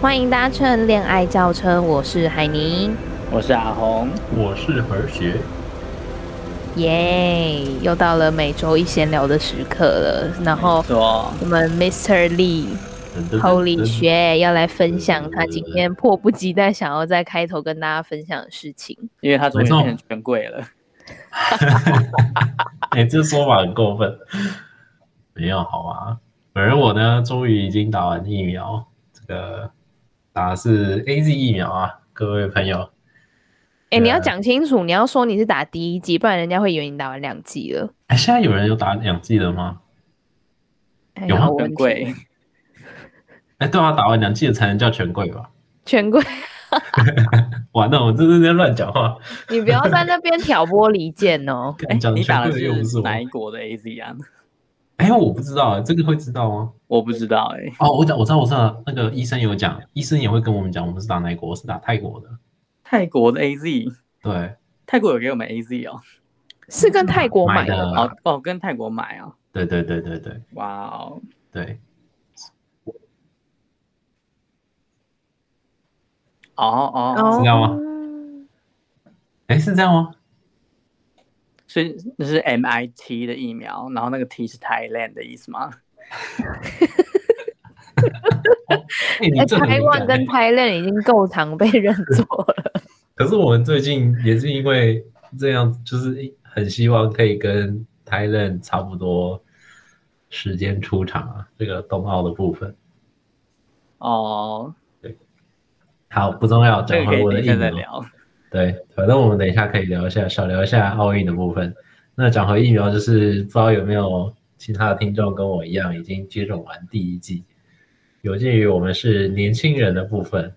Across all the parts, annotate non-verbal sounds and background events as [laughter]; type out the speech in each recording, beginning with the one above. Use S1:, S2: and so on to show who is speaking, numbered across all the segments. S1: 欢迎搭乘恋爱轿车，我是海宁，
S2: 我是阿红，
S3: 我是何学。
S1: 耶、又到了每周一闲聊的时刻了。然后
S2: 说
S1: 我们 Mr. Lee
S3: 噔噔噔
S1: Holy
S3: 噔
S1: 学要来分享他今天迫不及待想要在开头跟大家分享的事情。
S2: 因为他终于
S3: 没错
S2: 变成权贵了，
S3: 哎、这说法很过分。 [laughs] 没有，好吧。而我呢，终于已经打完疫苗，这个打的是 A Z 疫苗啊，各位朋友。
S1: 哎、
S3: 对啊
S1: 你要讲清楚，你要说你是打第一季，不然人家会以为你打完两季了。
S3: 哎、现在有人有打两剂的吗？
S1: 哎
S3: 有
S1: 呀
S3: 吗
S1: 我
S2: 权贵，
S3: 哎、对啊，打完两剂的才能叫权贵吧？
S1: 权贵， [laughs]
S3: 完了，我这是在乱讲话。
S1: 你不要在那边挑拨离间哦。
S2: 哎、
S3: 干讲
S2: 你打
S3: 嗯权
S2: 的
S3: 贵又不
S2: 是
S3: 我。
S2: 哪一国的 AZ 啊？
S3: 哎、我不知道，这个会知道吗？
S2: 我不知道哎、
S3: 哦，我讲，我知道，我知道，那个医生有讲，医生也会跟我们讲，我们是打哪一国，我是打泰国的。
S2: 泰国的 AZ，
S3: 对，
S2: 泰国有给我们 AZ 哦，
S1: 是跟泰国买的
S3: 的。
S2: 哦哦，跟泰国买啊，
S3: 对对对对对
S2: 哇哦，
S3: 对，
S2: 哦哦，
S1: 哦
S3: 知道吗？哎，是这样吗？
S2: 所以那是 MIT 的疫苗，然后那个 T 是 Thailand 的意思吗？
S3: 哎，你
S1: 哎、
S3: 这很
S1: 台
S3: 敏
S1: 湾
S3: 感
S1: 跟
S3: 欸
S1: 台 n 已经够常被认作 [laughs] 了。
S3: 可是我们最近也是因为这样，就是很希望可以跟 Thailand 差不多时间出场啊，这个冬奥的部分。
S2: 哦，
S3: 好，不重要，
S2: 这
S3: 讲
S2: 个可
S3: 回
S2: 以
S3: 我的
S2: 等一
S3: 疫
S2: 下再
S3: 苗。
S2: 聊。
S3: 对，反正我们等一下可以聊一下，小聊一下奥运的部分。那讲回疫苗，就是不知道有没有其他的听众跟我一样，已经接种完第一剂。有鉴于我们是年轻人的部分，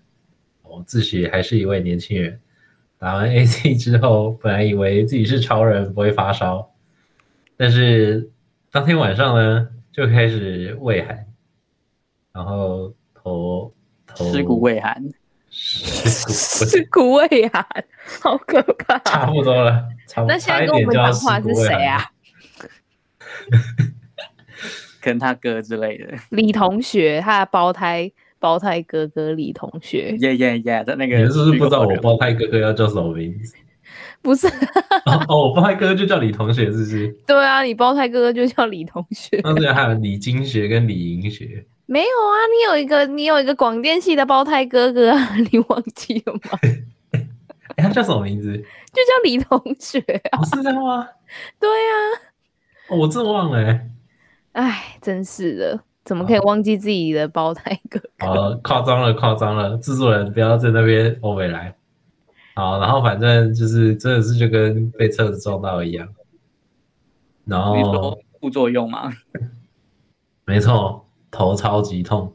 S3: 我自诩还是一位年轻人。打 [laughs] 完 A Z 之后，本来以为自己是超人，不会发烧，但是当天晚上呢，就开始畏寒，然后头头
S2: 尸
S3: [laughs]
S2: 骨未寒，
S3: 尸骨
S1: 是
S3: 未
S1: 古味啊，好可怕！ [laughs]
S3: 差不多了，差不多。
S1: 那现在
S3: 差
S1: 跟我
S3: 一点
S1: 们
S3: 就要
S1: 讲话是谁啊？
S2: 跟他哥之类的，
S1: 李同学，他的胞胎胞胎哥哥李同学，
S2: 耶耶耶！他那
S3: 你
S2: 个
S3: 们是不是不知道我
S2: 虚构人
S3: 胞胎哥哥要叫什么名
S1: [laughs]
S3: 字？
S1: 不是？
S3: 哦，哦我胞胎哥哥就叫李同学，是不是？
S1: 对啊，你胞胎哥哥就叫李同
S3: [laughs]
S1: 学。
S3: 当时还有李金学跟李银学，
S1: 没有啊，你有一个你有一个广电系的胞胎哥哥啊， [laughs] 你忘记了吗？
S3: 哎，他叫什么名字？
S1: 就叫李同学。啊
S3: 哦，是这样吗？
S1: 对啊，
S3: 哦我真的忘了哎。
S1: 哎，真是的，怎么
S3: 啊
S1: 可以忘记自己的胞胎哥
S3: 好了，夸张了，夸张了，制作人不要在那边欧美来。好，然后反正就是真的是就跟被车子撞到一样，然
S2: 你
S3: 后
S2: 说副作用吗？
S3: 没错，头超级痛。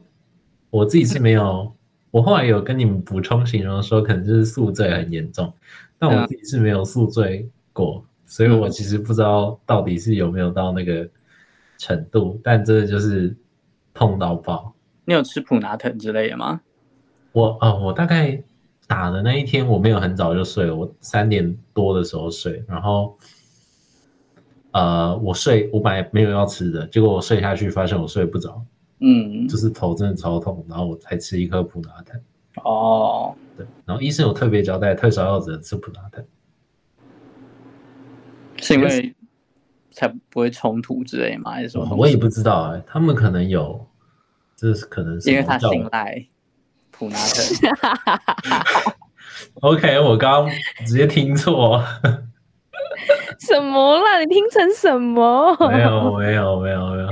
S3: 我自己是没有，我后来有跟你们补充形容说，可能就是宿醉很严重，但
S2: 对
S3: 我
S2: 啊嗯
S3: 自己是没有宿醉过，所以我其实不知道到底是有没有到那个程度，但真的就是痛到爆。
S2: 你有吃普拿疼之类的吗？
S3: 我啊、呃我大概打的那一天，我没有很早就睡了，我三点多的时候睡，然后，呃，我睡，我本来没有要吃的，结果我睡下去，发现我睡不着，
S2: 嗯
S3: 就，是头真的超痛，然后我才吃一颗普拿疼。
S2: 哦，
S3: 对，然后医生有特别交代，退烧药只能吃普拿疼。
S2: 是因为才不会冲突之类吗？还是什么东西？
S3: 哦我也不知道哎、他们可能有，这是可能是
S2: 因为他
S3: 叫
S2: 信赖普拿
S3: [laughs]
S2: 疼，
S3: OK，我刚刚直接听错，
S1: 什么啦？你听成什么？
S3: 没有没有没有没
S1: [laughs]
S3: 有。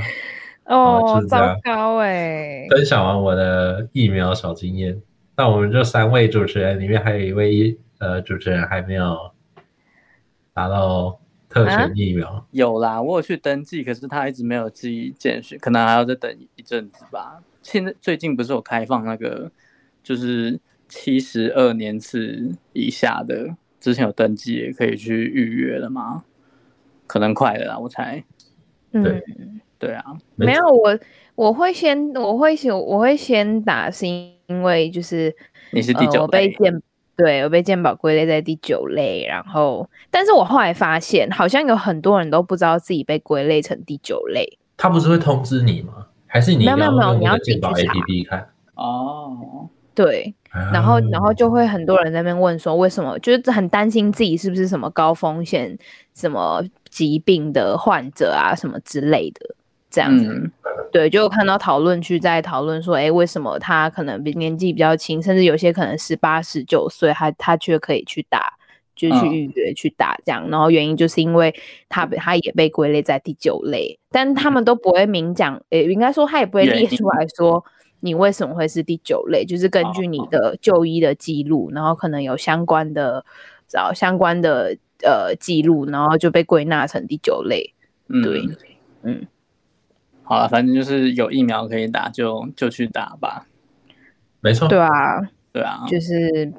S1: 哦
S3: 就，是这
S1: 糟
S3: 样
S1: 糕哎、
S3: 分享完我的疫苗小经验，那我们就三位主持人里面还有一位医呃主持人还没有打到特
S1: 啊
S3: 权疫苗，
S2: 有啦，我有去登记，可是他一直没有寄简讯，可能还要再等一阵子吧。现在最近不是有开放那个，就是七十二年次以下的，之前有登记也可以去预约了吗？可能快了啦，我猜。
S1: 嗯
S3: 对。对
S2: 对啊，
S3: 没
S1: 没有我，我会先，我会先，我会先打，是因为就是
S2: 你是第
S1: 呃、
S2: 九
S1: 我被
S2: 类，
S1: 健，对我被健保归类在第九类，然后，但是我后来发现，好像有很多人都不知道自己被归类成第九类，
S3: 他不是会通知你吗？还是你
S1: 没有没有
S3: 要
S1: 没有
S3: 用
S1: 你
S3: 那
S1: 要
S3: 个
S1: 自己
S3: 健保
S1: 去查
S3: APP 看？
S2: 哦，
S1: 对，然
S3: 啊
S1: 后然后就会很多人在那边问说，为什么就是很担心自己是不是什么高风险、什么疾病的患者啊，什么之类的，这样子。
S2: 嗯
S1: 对，就看到讨论区在讨论说，哎，为什么他可能比年纪比较轻，甚至有些可能十八、十九岁，他他却可以去打，就是去
S2: 嗯
S1: 预约去打这样。然后原因就是因为他被他也被归类在第九类，但他们都不会明讲，诶，应该说他也不会
S2: 嗯原
S1: 列
S2: 因
S1: 出来说你为什么会是第九类，就是根据你的就医的记录，然后可能有相关的找相关的呃记录，然后就被归纳成第九类。
S2: 嗯，
S1: 对，嗯。
S2: 好了，反正就是有疫苗可以打就就去打吧，
S3: 没错，
S1: 对啊，
S2: 对啊，
S1: 就是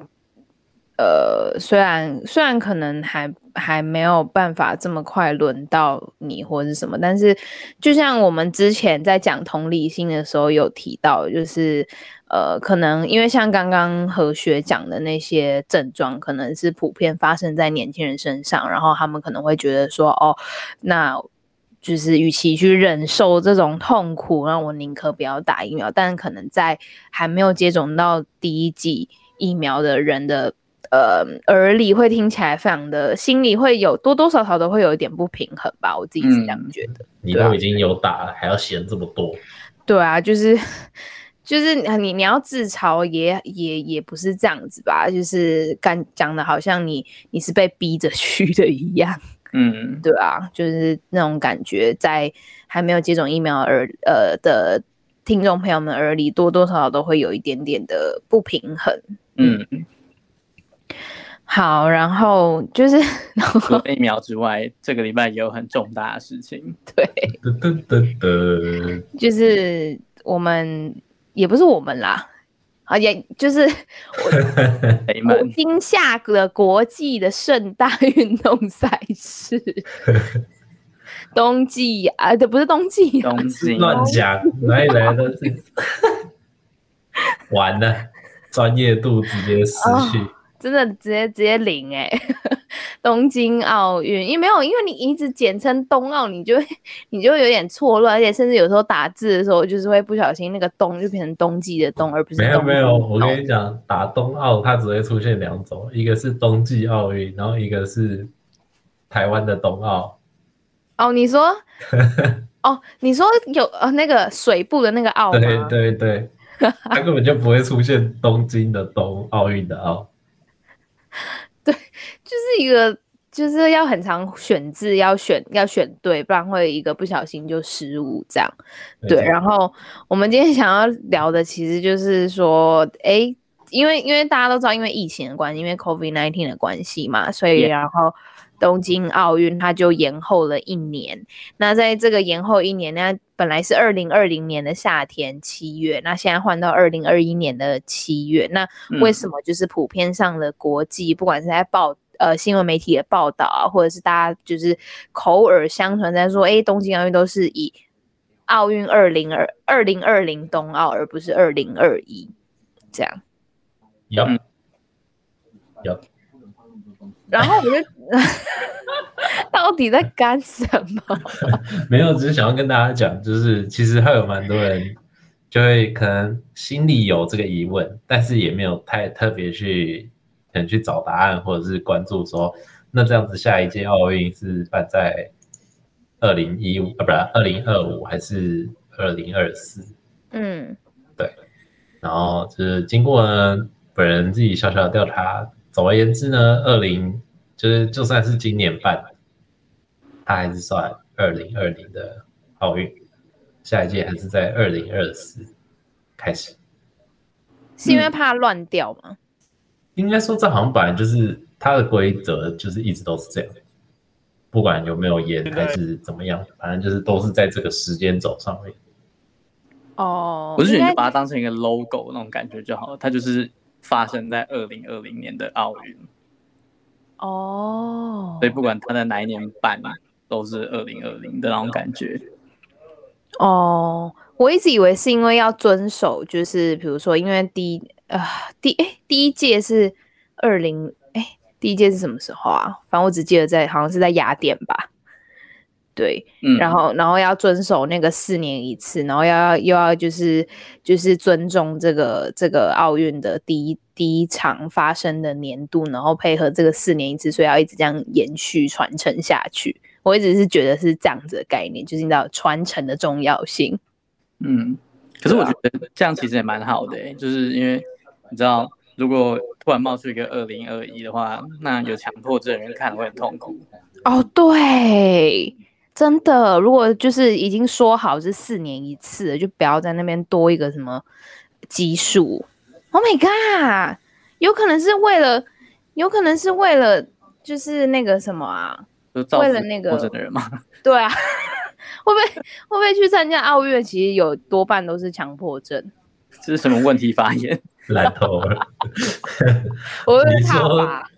S1: 呃，虽然虽然可能还还没有办法这么快轮到你或是什么，但是就像我们之前在讲同理心的时候有提到，就是呃，可能因为像刚刚何学讲的那些症状，可能是普遍发生在年轻人身上，然后他们可能会觉得说，哦，那就是与其去忍受这种痛苦，那我宁可不要打疫苗。但可能在还没有接种到第一剂疫苗的人的呃耳里，会听起来非常的心里会有多多少少都会有一点不平衡吧。我自己是这样
S2: 嗯
S1: 觉得。
S3: 你都已经有打了，还要嫌这么多，
S1: 对啊，就是就是你你要自嘲也也也不是这样子吧，就是干讲的好像你你是被逼着去的一样。
S2: 嗯，
S1: 对啊，就是那种感觉，在还没有接种疫苗而呃的听众朋友们耳里，多多少少都会有一点点的不平衡。
S2: 嗯，
S1: 好，然后就是， [laughs] 然
S2: 除
S1: 后
S2: 了疫苗之外，这个礼拜也有很重大的事情，
S3: 噔噔噔噔，
S1: 就是我们也不是我们啦，啊，也就是
S2: 北
S1: 国
S2: 门
S1: 今夏的国际的盛大运动赛事，冬季啊，这不是冬季啊，
S2: 东京，
S3: 乱讲，哪里来的？ [laughs] 完了，专业度直接失去。
S1: 真的直接直接零哎、 [laughs] 东京奥运，因为没有，因为你一直简称冬奥，你就会 [laughs] 你就会有点错乱，而且甚至有时候打字的时候，就是会不小心那个冬就变成冬季的冬，而不是
S3: 没有
S1: 冬
S3: 没有，
S1: 冬
S3: 我跟你讲，打冬奥它只会出现两种，一个是冬季奥运，然后一个是台湾的冬奥。
S1: 哦，你
S3: [laughs]
S1: 说哦，你说有呃那个水部的那个奥
S3: 对
S1: 吗？
S3: 对对，它根本就不会出现东京的冬奥运的奥。
S1: 就是一个就是要很常选字，要选要选对，不然会一个不小心就失误这样。对，啊然后我们今天想要聊的其实就是说，诶，因为因为大家都知道，因为疫情的关系，因为 COVID nineteen 的关系嘛，所以
S2: Yeah
S1: 然后东京奥运它就延后了一年。那在这个延后一年，那本来是二零二零年的夏天七月，那现在换到二零二一年的七月，那
S2: 嗯
S1: 为什么就是普遍上的国际，不管是在报呃新闻媒体的报道啊，或者是大家就是口耳相传在说，诶，东京奥运都是以奥运二零二二零二零冬奥，而不是二零二一这样。
S3: 有
S2: 嗯
S3: 有，
S1: 然后我
S2: [laughs]
S1: 就到底在干什么？
S3: [laughs] 没有，只是想要跟大家讲，就是其实还有蛮多人就会可能心里有这个疑问，但是也没有太特别去可能去找答案，或者是关注说，那这样子下一届奥运是办在二零一五啊，不是二零二五还是二零二四？
S1: 嗯
S3: 然后就是经过呢本人自己小小的调查，总而言之呢，二零就是就算是今年办，它还是算二零二零的奥运，下一届还是在二零二四开始。，
S1: 是因为怕乱掉吗？
S3: 应该说这好像本来就是它的规则，就是一直都是这样，不管有没有演还是怎么样，反正就是都是在这个时间轴上面。
S1: 哦，
S2: 嗯不是
S1: 应
S2: 你
S1: 该
S2: 就把它当成一个 logo 那种感觉就好了，它就是发生在二零二零年的奥运，
S1: 哦
S2: 所以不管它在哪一年办，都是二零二零的那种感觉。
S1: 哦，我一直以为是因为要遵守，就是比如说，因为第一呃第哎第一届是二零哎第一届是什么时候啊？反正我只记得在好像是在雅典吧。对，
S2: 嗯，
S1: 然后然后要遵守那个四年一次，然后要又要就是就是尊重这个这个奥运的第一第一场发生的年度，然后配合这个四年一次，所以要一直这样延续传承下去。我一直是觉得是这样子的概念，就是你知道传承的重要性。
S2: 嗯，可是我觉得这样其实也蛮好的、欸，就是因为你知道，如果突然冒出一个二零二一的话，那有强迫症的人看会很痛苦。
S1: 哦，对，真的，如果就是已经说好是四年一次了，就不要在那边多一个什么基数。Oh my god，有可能是为了，有可能是为了，就是那个什么啊，
S2: 就造
S1: 为
S2: 成
S1: 了那个
S2: 强迫症的人嘛， [laughs]
S1: 对啊， [laughs] 会不会会不会去参加奥运？其实有多半都是强迫症，
S2: 这是什么问题发言？
S3: 懒头儿。
S1: 我会
S3: 你
S1: 怕
S3: 说
S1: 吧？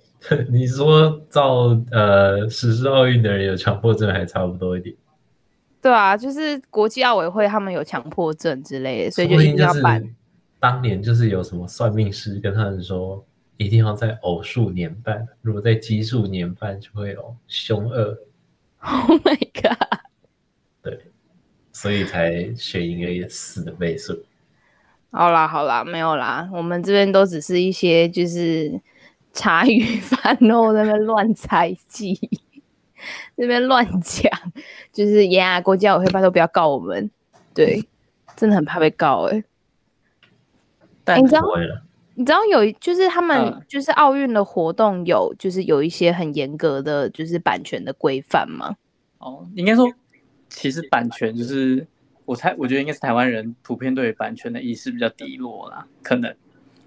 S3: [laughs] 你说造呃实施奥运的人有强迫症还差不多一点，
S1: 对啊，就是国际奥委会他们有强迫症之类的，所以
S3: 说
S1: 就
S3: 不
S1: 一
S3: 定
S1: 定
S3: 就
S1: 要
S3: 是
S1: 办。
S3: 当年就是有什么算命师跟他们说，一定要在偶数年办，如果在奇数年办就会有凶恶，
S1: Oh my god！
S3: 所以才选一个死的倍数。
S1: 好啦，好啦，没有啦，我们这边都只是一些就是茶余 [laughs] 饭后在那边乱猜忌，那边乱讲，就是呀国际奥委会拜托不要告我们，对，真的很怕被告哎、
S2: 但
S1: 欸你知道
S3: 不会了，
S1: 你知道有一就是他们
S2: 嗯
S1: 就是奥运的活动有就是有一些很严格的就是版权的规范吗？
S2: 哦，应该说，其实版权就是我猜，我觉得应该是台湾人普遍对于版权的意识比较低落啦，可能，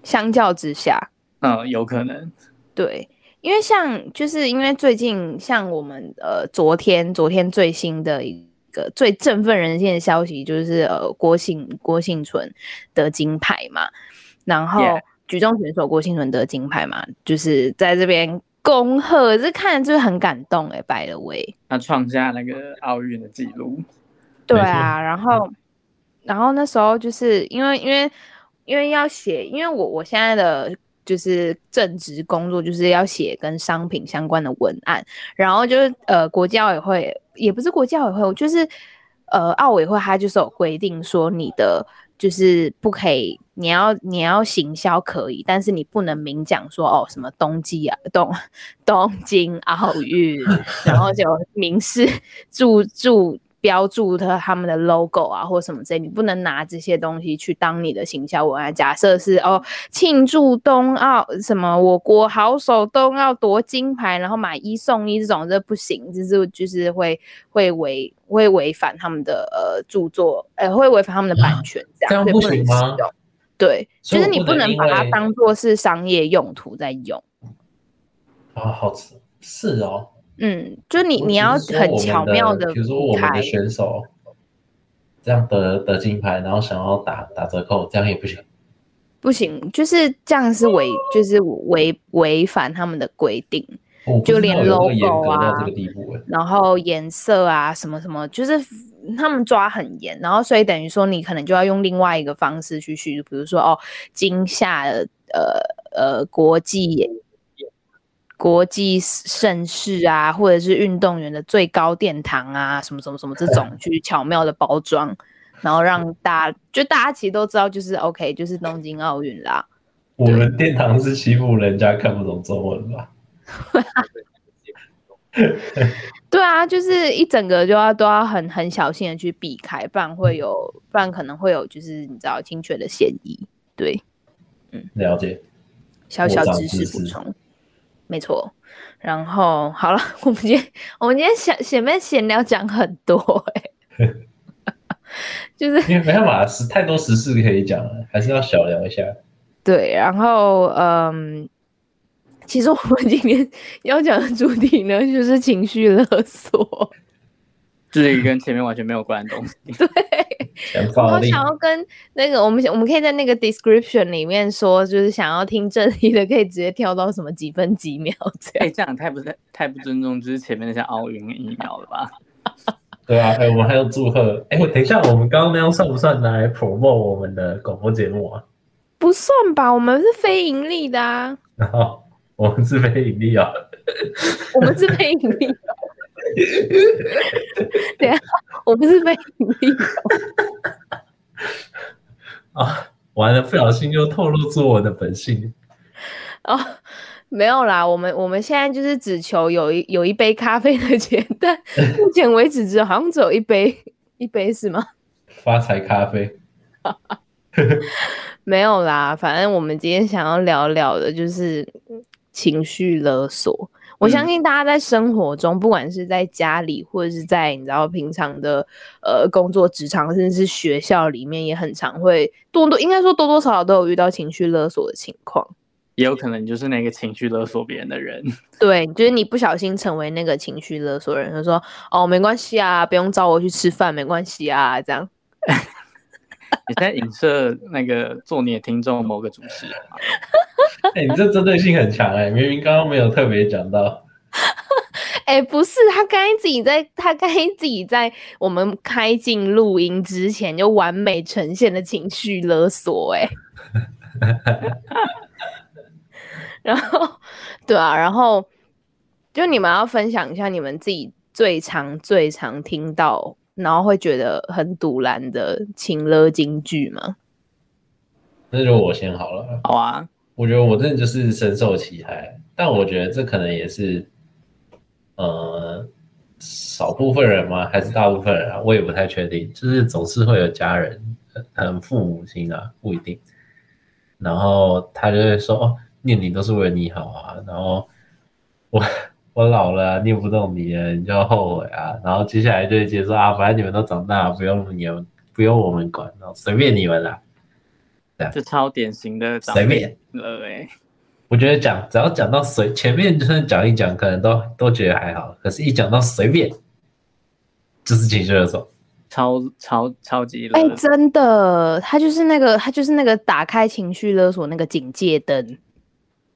S1: 相较之下，
S2: 嗯，有可能，
S1: 对，因为像就是因为最近像我们呃昨天昨天最新的一个最振奋人心的消息就是呃郭幸郭幸存得金牌嘛，然后
S2: Yeah
S1: 举重选手郭幸存得金牌嘛，就是在这边恭贺，这看着就是很感动哎、拜了喂。
S2: 他创下那个奥运的纪录，
S1: 对
S3: 没错
S1: 啊，然后，然后那时候就是因为因为因为要写，因为我我现在的就是正职工作就是要写跟商品相关的文案，然后就是呃国际奥委会也不是国际奥委会，我就是呃奥委会它就是有规定说你的就是不可以，你要你要行销可以，但是你不能明讲说哦什么冬季啊东东京奥运，然后就明
S3: [laughs]
S1: 示注注标注他他们的 logo 啊或什么之类，你不能拿这些东西去当你的行销文案。假设是哦庆祝冬奥什么我国好手冬奥夺金牌，然后买一送一这种这不行，就是就是会会违会违反他们的呃著作，呃会违反他们的版权这
S3: 啊这
S1: 样，所
S3: 样
S1: 以
S3: 不
S1: 能
S3: 行
S1: 使
S3: 吗
S1: 用对，
S3: 所
S1: 就
S3: 以
S1: 是
S3: 我
S1: 你
S3: 不
S1: 不
S3: 能
S1: 能
S3: 因
S1: 把它
S3: 为
S1: 当做是商业用途在用。
S3: 啊，好吃是哦。
S1: 嗯，就你
S3: 我
S1: 你
S3: 只
S1: 要
S3: 是说
S1: 很
S3: 我们
S1: 巧妙
S3: 的，
S1: 的
S3: 比如说我们
S1: 开
S3: 的选手这样得得金牌，然后想要打打折扣，这样也不行。
S1: 不行，就是这样是违，就是违违反他们的规定，
S3: 哦我不
S1: 就
S3: 知道
S1: 连
S3: 有这么严
S1: logo
S3: 格到
S1: 啊
S3: 这个地步哎。
S1: 然后颜色啊什么什么，就是他们抓很严，然后所以等于说你可能就要用另外一个方式去叙述，比如说哦，今夏呃呃国际国际盛世啊，或者是运动员的最高殿堂啊，什么什么什么这种去巧妙的包装，然后让大家就大家其实都知道，就是 OK，就是东京奥运啦。
S3: 我们殿堂是欺负人家看不懂中文吧？
S1: 对啊，就是一整个就要都要很很小心的去避开，不然会有，不然可能会有就是你知道侵权的嫌疑。对，
S3: 了解，
S1: 小小
S3: 我长
S1: 知识
S3: 知
S1: 补
S3: 识
S1: 充，没错。然后好了， [laughs] 我们今天我们今天闲前面闲聊讲很多、欸，就是
S3: 因为没办法，实太多时事可以讲了，还是要小聊一下。
S1: 对，然后嗯，其实我们今天要讲的主题呢，就是情绪勒索。
S2: 就是一个跟前面完全没有关的东西。 [laughs]
S3: 讲
S1: 我
S3: 暴
S1: 好
S3: 力，
S1: 想要跟那个我们想我们可以在那个 description 里面说，就是想要听正题的，可以直接跳到什么几分几秒这
S2: 哎、
S1: 样。
S2: 这样太不太太不尊重，就是前面那些奥运疫苗了吧？
S3: 对啊，哎、我们还有祝贺，哎、我等一下，我们刚刚那样算不算拿来 promote 我们的广播节目啊？
S1: [laughs] 不算吧，我们是非盈利的 [laughs] 啊，
S3: 然后我们是非盈利啊，
S1: 我们是非盈利。等一下，我不是被你利用
S3: 啊， [laughs] 完了，不小心又透露出我的本性。
S1: 哦，没有啦，我们我们现在就是只求有一有一杯咖啡的钱，但目前为止只好像只有一杯一杯是吗？
S3: 发财咖啡，
S1: 没有啦，反正我们今天想要聊聊的就是情绪勒索。我相信大家在生活中，不管是在家里，或者是在你知道平常的呃工作、职场，甚至是学校里面，也很常会多多应该说多多少少都有遇到情绪勒索的情况。
S2: 也有可能你就是那个情绪勒索别人的人。
S1: 对，就是你不小心成为那个情绪勒索人，就说哦没关系啊，不用找我去吃饭，没关系啊，这样。
S2: 你在影射那个做你的听众某个主持人吗？
S3: 哎、你这针对性很强哎、明明刚刚没有特别讲到，
S1: 哎、不是，他刚才自己在，他刚才自己在我们开进录音之前就完美呈现了情绪勒索、哎。然后，对啊，然后就你们要分享一下你们自己最常、最常听到，然后会觉得很堵然的情勒金句吗？
S3: 那就我先好了。
S2: 好啊，
S3: 我觉得我真的就是深受其害，但我觉得这可能也是，呃，少部分人吗？还是大部分人啊？我也不太确定。就是总是会有家人，呃嗯，父母亲啊，不一定。然后他就会说：“哦，念你都是为了你好啊。”然后我 [laughs] 我老了啊、念不动你了，你就要后悔啊。然后接下来就会接受啊，反正你们都长大了，不用你们，不用我们管，然后随便你们啦、
S2: 这超典型的长
S3: 随
S2: 辈
S3: 便。
S2: 了哎、欸，
S3: 我觉得讲只要讲到随前面就算讲一讲，可能都都觉得还好，可是一讲到随便，就是情绪勒索。
S2: 超超超级
S1: 哎、
S2: 勒索。
S1: 真的，他就是那个，他就是那个打开情绪勒索那个警戒灯。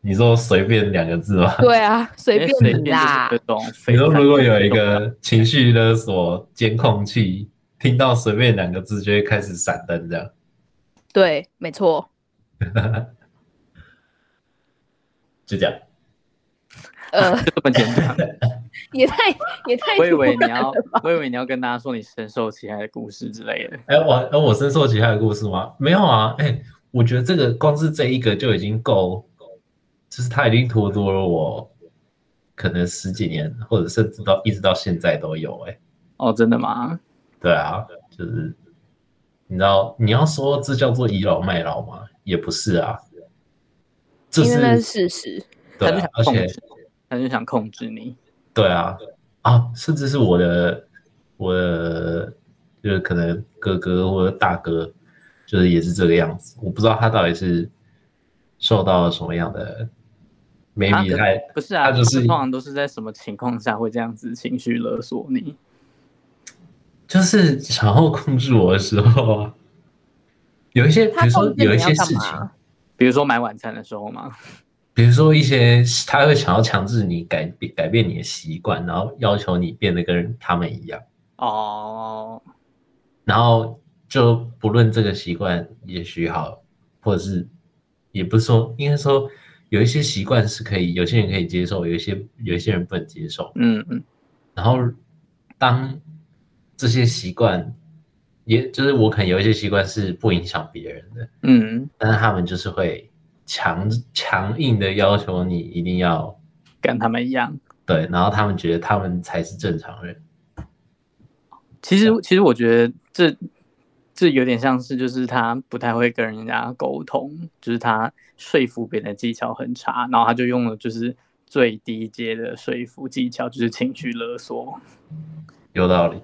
S3: 你说随便两个字吗？
S1: 对啊，随
S2: 因
S1: 便
S2: 为哎随
S1: 你
S2: 便就是
S1: 啦
S2: 这。种非
S3: [laughs] 你
S2: 常严重
S3: 说
S2: 的，
S3: 如果有一个情绪勒索监控器，听到随便两个字就会开始闪灯这样。
S1: 对，没错。
S3: 就这样，
S1: 呃，
S2: [laughs] [laughs] 就这么简
S1: [laughs]
S2: 单，
S1: 也太也太
S2: 我以为
S1: 突
S2: 你
S1: 然 [laughs]
S2: 要
S1: 了吧，
S2: 我以为你要跟大家说你深受其害的故事之类的。
S3: 哎、我哎、我深受其害的故事吗？没有啊，哎、我觉得这个光是这一个就已经够，就是他已经拖多了我，可能十几年，或者甚至到一直到现在都有、哎。
S2: 哦，真的吗？
S3: 对啊，就是你知道，你要说这叫做倚老卖老吗？也不是啊，这
S1: 因为那是事
S3: 是
S1: 实。
S3: 对
S2: 他就
S3: 啊、
S2: 想
S3: 而
S2: 控
S3: 且
S2: 制，他就想控制你。
S3: 对啊啊，甚至是我的我的就是可能哥哥或者大哥，就是也是这个样子。我不知道他到底是受到了什么样的
S2: 他
S3: maybe
S2: 可
S3: 他
S2: 不是啊，
S3: 他就是
S2: 通常都是在什么情况下会这样子情绪勒索你？
S3: 就是想要控制我的时候啊，有一些比
S1: 他
S3: 如
S1: 控
S3: 说
S1: 制
S3: 有一
S1: 你要
S3: 些
S1: 干
S3: 事情。
S1: 嘛？
S2: 比如说买晚餐的时候嘛，
S3: 比如说一些他会想要强制你改变改变你的习惯，然后要求你变得跟他们一样，
S2: 哦，
S3: 然后就不论这个习惯也许好，或者是也不是说应该说有一些习惯是可以，有些人可以接受，有一些有一些人不能接受。
S2: 嗯嗯，
S3: 然后当这些习惯，也就是我可能有一些习惯是不影响别人的，
S2: 嗯，
S3: 但是他们就是会强强硬的要求你一定要。
S2: 跟他们一样。
S3: 对，然后他们觉得他们才是正常人。
S2: 其实，其实我觉得这这有点像是，就是他不太会跟人家沟通，就是他说服别人的技巧很差，然后他就用了就是最低阶的说服技巧，就是情绪勒索。
S3: 有道理。哎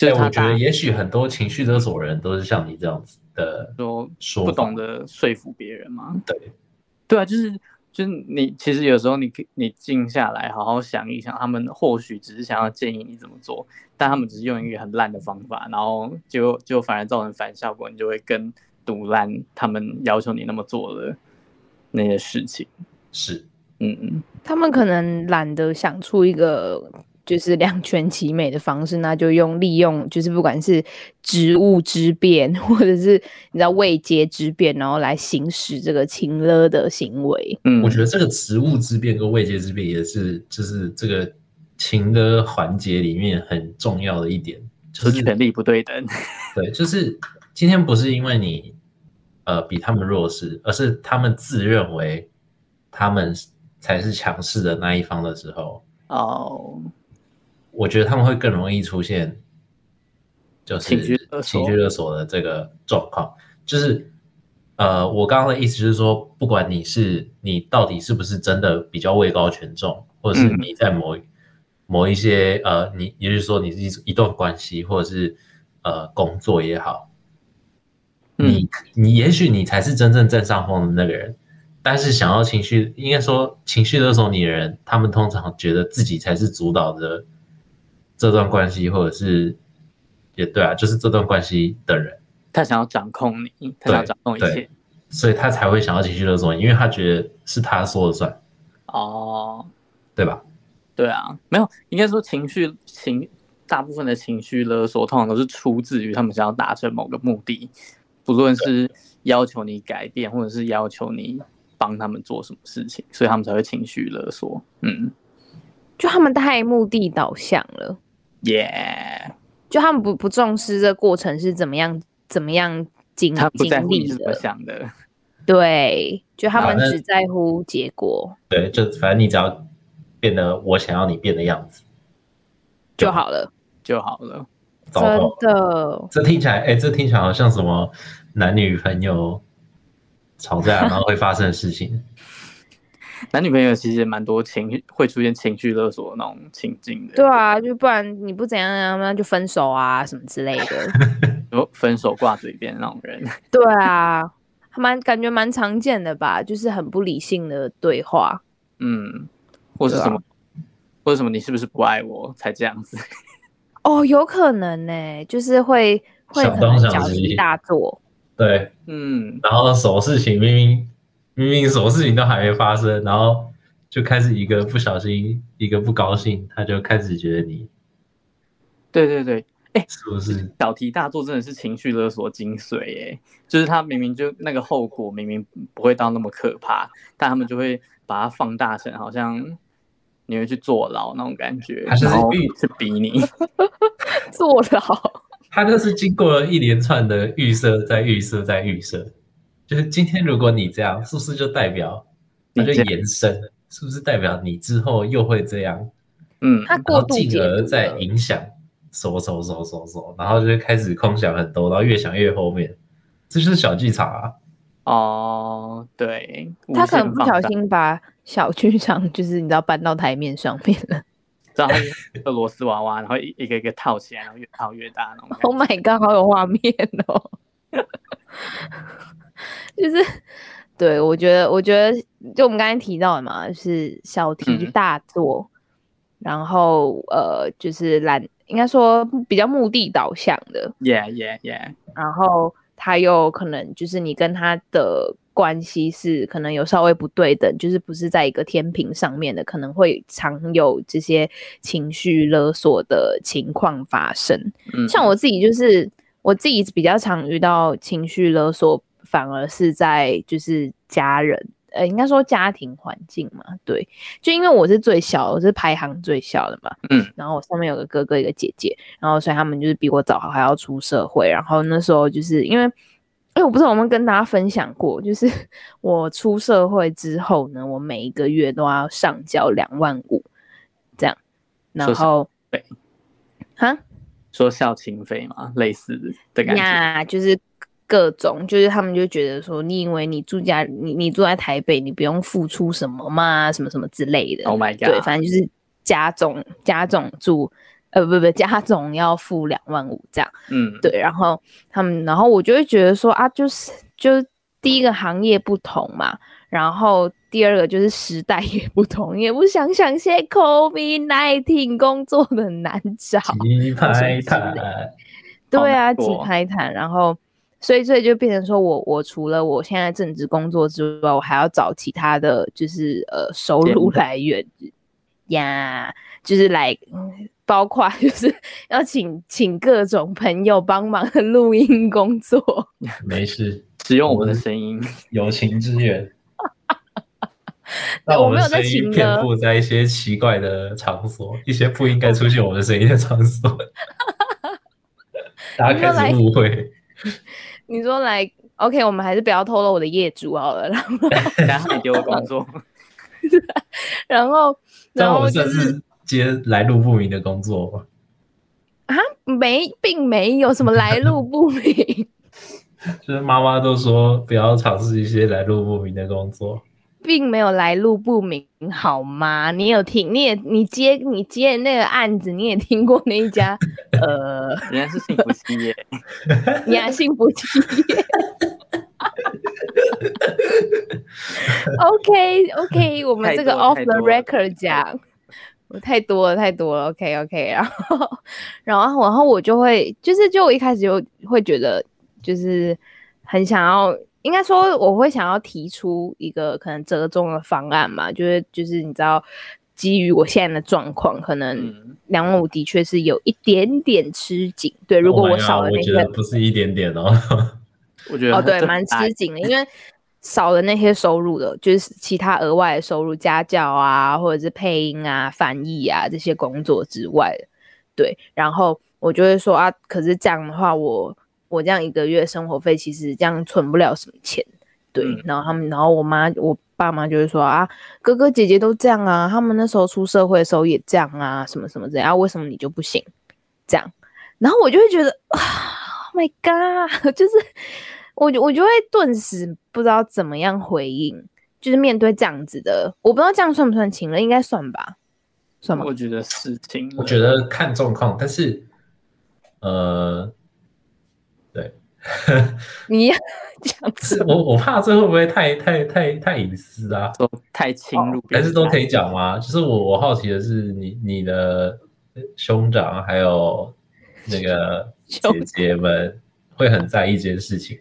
S2: 就是
S3: 我
S2: 他
S3: 觉得
S2: 把
S3: 也许很多情绪勒索人都是像你这样子的
S2: 说
S3: 说
S2: 不
S3: 法
S2: 懂得说服别人嘛。
S3: 对，
S2: 对啊，就是就是你其实有时候你可以你静下来好好想一想，他们或许只是想要建议你怎么做，但他们只是用一个很烂的方法，然后就就反而造成反效果，你就会更堵烂他们要求你那么做的那些事情。
S3: 是
S2: 嗯嗯，
S1: 他们可能懒得想出一个就是两全其美的方式，那就用利用就是不管是职务之便，或者是你知道位阶之便，然后来行使这个情勒的行为。
S2: 嗯
S3: 我觉得这个职务之变跟位阶之变也是，就是这个情的环节里面很重要的一点，就
S2: 嗯就是是权力不对等。
S3: 对，就是今天不是因为你呃比他们弱势，而是他们自认为他们才是强势的那一方的时候，
S2: 哦，
S3: 我觉得他们会更容易出现就是
S2: 情绪勒索
S3: 情绪勒索的这个状况。就是呃，我刚刚的意思就是说，不管你是你到底是不是真的比较位高权重，或者是
S2: 嗯
S3: 你在某、某一些呃，你也就是说你是一一段关系，或者是呃工作也好，
S2: 嗯
S3: 你你也许你才是真正占上风的那个人，但是想要情绪，应该说情绪勒索你的人，他们通常觉得自己才是主导着这段关系，或者是也对啊，就是这段关系的人，
S2: 他想要掌控你，他想要掌控一
S3: 对
S2: 切。
S3: 所以他才会想要情绪勒索你，因为他觉得是他说了算，
S2: 哦，
S3: 对吧？
S2: 对啊，没有，应该说情绪情大部分的情绪勒索，通常都是出自于他们想要达成某个目的，不论是要求你改变，或者是要求你帮他们做什么事情，所以他们才会情绪勒索。嗯，
S1: 就他们太目的导向了，
S2: 耶、
S1: 就他们不不重视这过程是怎么样怎么样经
S2: 他不在
S1: 嗯经
S2: 乎你
S1: 历
S2: 是怎么
S1: 的，
S2: 想的。
S1: 对，就他
S3: 好
S1: 们
S3: 那
S1: 只在乎结果
S3: 对，就反正你只要变得我想要你变的样子，
S1: 就好了，
S2: 就好了，
S3: 糟
S1: 真
S3: 糕，
S1: 的。
S3: 这听起来，哎、这听起来好像什么男女朋友吵架然后会发生的事情。
S2: 男女朋友其实也蛮多情绪会出现情绪勒索的那种情境的，
S1: 对，啊，就不然你不怎样怎样，那就分手啊什么之类的。
S2: 就分手挂嘴边那种人，
S1: 对啊，还蛮感觉蛮常见的吧，就是很不理性的对话。
S2: 嗯，或是
S1: 对啊
S2: 什么，或者什么，你是不是不爱我才这样子？
S1: 哦，有可能呢、就是会会
S3: 想
S1: 可
S3: 东
S1: 能
S3: 想
S1: 小
S3: 西
S1: 题大做。
S3: 对，
S2: 嗯，
S3: 然后什么事情明明明明什么事情都还没发生，然后就开始一个不小心，一个不高兴，他就开始觉得你
S2: 对对对，
S3: 是不是？
S2: 小题大做真的是情绪勒索精髓耶，就是他明明就那个后果明明不会到那么可怕，但他们就会把它放大成好像你会去坐牢那种感觉，
S3: 他就是
S2: 然后
S3: 欲
S2: 去逼你，
S1: 坐
S3: [laughs]
S1: 牢。
S3: 他就是经过了一连串的预设，再预设，再预设，就是今天如果你这样，是不是就代表他
S2: 你
S3: 就
S2: 这样
S3: 延伸了？是不是代表你之后又会这样？
S2: 嗯，
S1: 他
S3: 然
S1: 过
S3: 后
S1: 度
S3: 进
S1: 解
S3: 而
S1: 读
S3: 再
S1: 了
S3: 影响，收收收收收，然后就开始空想很多，然后越想越后面，这就是小剧场啊。
S2: 哦，对，
S1: 他可
S2: 无限
S1: 能不
S2: 放
S1: 小
S2: 大，
S1: 心把小剧场，就是你知道搬到台面上面了。
S2: 知道他是一个螺丝娃娃，然后一一个一个套起来，然后越套越大那种感觉。
S1: [laughs] Oh my god，好有画面哦！ [laughs] 就是，对我觉得，我觉得就我们刚才提到的嘛，就是小题
S2: 嗯
S1: 大做，然后呃，就是懒，应该说比较目的导向的，
S2: Yeah, yeah, yeah。
S1: 然后他又可能就是你跟他的关系是可能有稍微不对等，就是不是在一个天平上面的，可能会常有这些情绪勒索的情况发生。
S2: 嗯，
S1: 像我自己就是我自己比较常遇到情绪勒索，反而是在就是家人，呃，应该说家庭环境嘛，对，就因为我是最小，我是排行最小的嘛，
S2: 嗯，
S1: 然后我上面有个哥哥一个姐姐，然后所以他们就是比我早还要出社会，然后那时候就是因为。因为我不知道有没有跟大家分享过，就是 [laughs] 我出社会之后呢，我每一个月都要上交两万五，这样，然
S2: 说是
S1: 后
S2: 对，
S1: 哈，
S2: 说孝亲费嘛，类似的感觉。
S1: 呀，就是各种，就是他们就觉得说，你以为你住家，你你住在台北，你不用付出什么嘛，什么什么之类的。
S2: Oh my
S1: 对，
S2: god！
S1: 反正就是家总家总住，呃，不不，家总要付两万五这样。
S2: 嗯，
S1: 对，然后他们，然后我就会觉得说啊，就是就是第一个行业不同嘛，然后第二个就是时代也不同，也不想想现在 COVID nineteen 工作的难找。
S3: 鸡排
S1: 排
S3: 摊
S1: 摊， [laughs]
S2: 好
S1: 对
S2: 难
S1: 啊，挤
S2: 过
S1: 排谈，然后所以所以就变成说我我除了我现在正职工作之外，我还要找其他的就是呃收
S2: 兼
S1: 入
S2: 职
S1: 来源呀就是来嗯包括 [laughs] 就是要请请各种朋友帮忙的录音工作，
S3: 没事，
S1: [laughs]
S2: 使用我们的声音，
S3: 友情之源。那
S1: 我
S3: 们
S1: 没有
S3: 声
S1: 在
S3: 音
S1: 请
S3: 遍
S1: 了
S3: 布在一些奇怪的场所，一些不应该出现我们声音的
S1: [laughs]
S3: 场所，大家开始误会。
S1: 你说来，OK，我们还是不要透露我的业主好了。然后，
S2: [laughs] 等下你给我工作，
S1: 然后，
S3: 但
S1: 然
S3: 我
S1: 后
S3: 们
S1: 就
S3: 甚
S1: 是
S3: 至接来路不明的工作，
S1: 没，并没有什么来路不明，
S3: 就是妈妈都说不要尝试一些来路不明的工作。
S1: 并没有来路不明，好吗？你有听，你也你接你接那个案子，你也听过那一家，呃，
S2: 人家是幸福企
S1: [laughs]
S2: 业，
S1: 你还信不信 [laughs] ？OK
S2: [laughs]
S1: OK，我们这个
S2: 太多了
S1: off
S2: 太
S1: the
S2: 多了
S1: record 讲，我太多了太多了。OK OK，然 [laughs] 后然后然后我就会就是就我一开始就会觉得就是很想要。应该说，我会想要提出一个可能折中的方案嘛，就是就是你知道，基于我现在的状况，可能
S2: 嗯，
S1: 两万五的确是有一点点吃紧。对，如果
S3: Oh my
S1: 我少
S3: God，
S1: 了
S3: 我
S1: 那
S3: 觉
S1: 个
S3: 得不是一点点哦。 [laughs]
S2: 我觉得
S1: 哦，对，
S2: 这
S1: 蛮
S2: 大
S1: 吃紧的，因为少了那些收入的，就是其他额外的收入，家教啊，或者是配音啊、翻译啊这些工作之外的，对。然后我就会说啊，可是这样的话，我我这样一个月生活费其实这样存不了什么钱，对。
S2: 嗯
S1: 然后他们，然后我妈我。爸妈就会说啊，哥哥姐姐都这样啊，他们那时候出社会的时候也这样啊，什么什么这样，啊、为什么你就不行？这样，然后我就会觉得啊、oh、，My God，就是我就我就会顿时不知道怎么样回应，就是面对这样子的，我不知道这样算不算情了，应该算吧，算吗？
S2: 我觉得是情了，
S3: 我觉得看状况，但是，呃，对，
S1: 你 [laughs] 要讲
S3: 是我 [laughs] 我怕这会不会太太太太隐私啊？
S2: 都太侵入别人
S3: 还
S2: 家，
S3: 哦是都可以讲吗？就是我我好奇的是你，你的兄长还有那个
S1: [laughs] 兄
S3: 姐姐们会很在意这件事情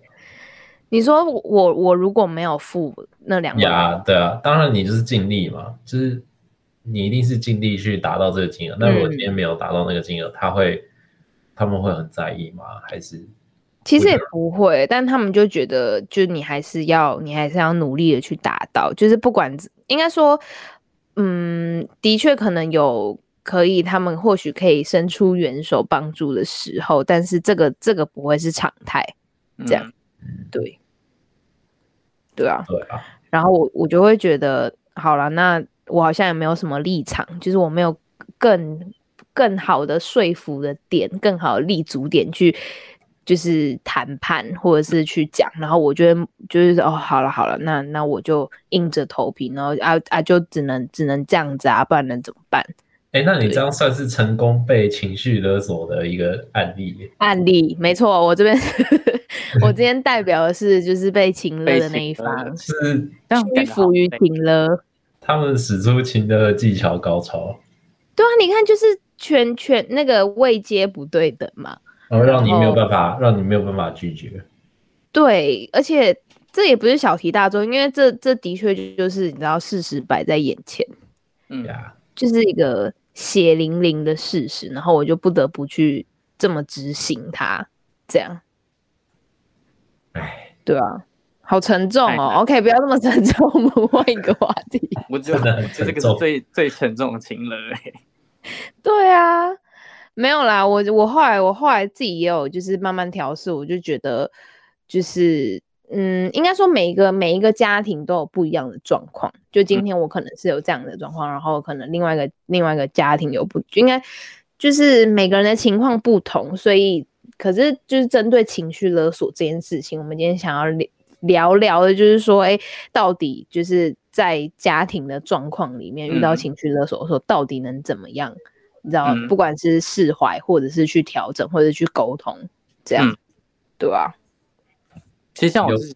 S1: 你说我我我如果没有付那两万，
S3: 呀？对啊，当然你就是尽力嘛，就是你一定是尽力去达到这个金额。那如果
S1: 嗯
S3: 今天没有达到那个金额，他会他们会很在意吗？还是
S1: 其实
S3: 我觉
S1: 也不会，但他们就觉得，就你还是要，你还是要努力的去达到，就是不管怎应该说，嗯，的确可能有可以，他们或许可以伸出援手帮助的时候，但是这个这个不会是常态，这样
S2: 嗯
S1: 对，对啊，
S3: 对啊？
S1: 然后我我就会觉得，好了，那我好像也没有什么立场，就是我没有更更好的说服的点，更好的立足点去就是谈判或者是去讲，然后我就会就是哦，好了好了，那那我就硬着头皮，然后啊啊就只能只能这样子啊，不然能怎么办？
S3: 哎，那你
S1: 对
S3: 这样算是成功被情绪勒索的一个案例耶。
S1: 案例没错，我这边 [laughs] 我今天代表的是就是被情勒
S2: 被
S1: 的那一
S2: 情勒的
S1: 方，
S3: 就是
S2: 这样
S1: 屈
S2: 感觉好
S1: 服于
S2: 累
S1: 情勒。
S3: 他们使出情的技巧高超，
S1: 对啊，你看就是全全那个位阶不对等嘛。
S3: 然后让你没
S1: 然
S3: 有办法，让你没有办法拒绝。
S1: 对，而且这也不是小题大做，因为这这的确就是你知道事实摆在眼前，
S2: 嗯
S3: 对，啊，
S1: 就是一个血淋淋的事实，然后我就不得不去这么执行它，这样
S3: 哎，
S1: 对啊。好沉重
S2: 太
S1: 哦
S2: 难
S1: ，OK，不要那么沉重， [laughs] 我们换一个话题。
S2: 我只有
S3: 真的很
S2: 这
S3: 沉
S2: 个
S3: 重
S2: 是最最沉重的情了、欸，
S1: 对啊，没有啦，我我后来我后来自己也有就是慢慢调试，我就觉得就是嗯，应该说每一个每一个家庭都有不一样的状况。就今
S2: 嗯
S1: 天我可能是有这样的状况，然后可能另外一个另外一个家庭有不应该就是每个人的情况不同，所以可是就是针对情绪勒索这件事情，我们今天想要聊聊聊的就是说，哎，到底就是在家庭的状况里面遇到
S2: 嗯
S1: 情绪勒索的时候，到底能怎么样？你知道，
S2: 嗯
S1: 不管是释怀，或者是去调整，或者去沟通，这样，
S2: 嗯
S1: 对啊吧、
S2: 其实像我
S3: 有
S2: 自己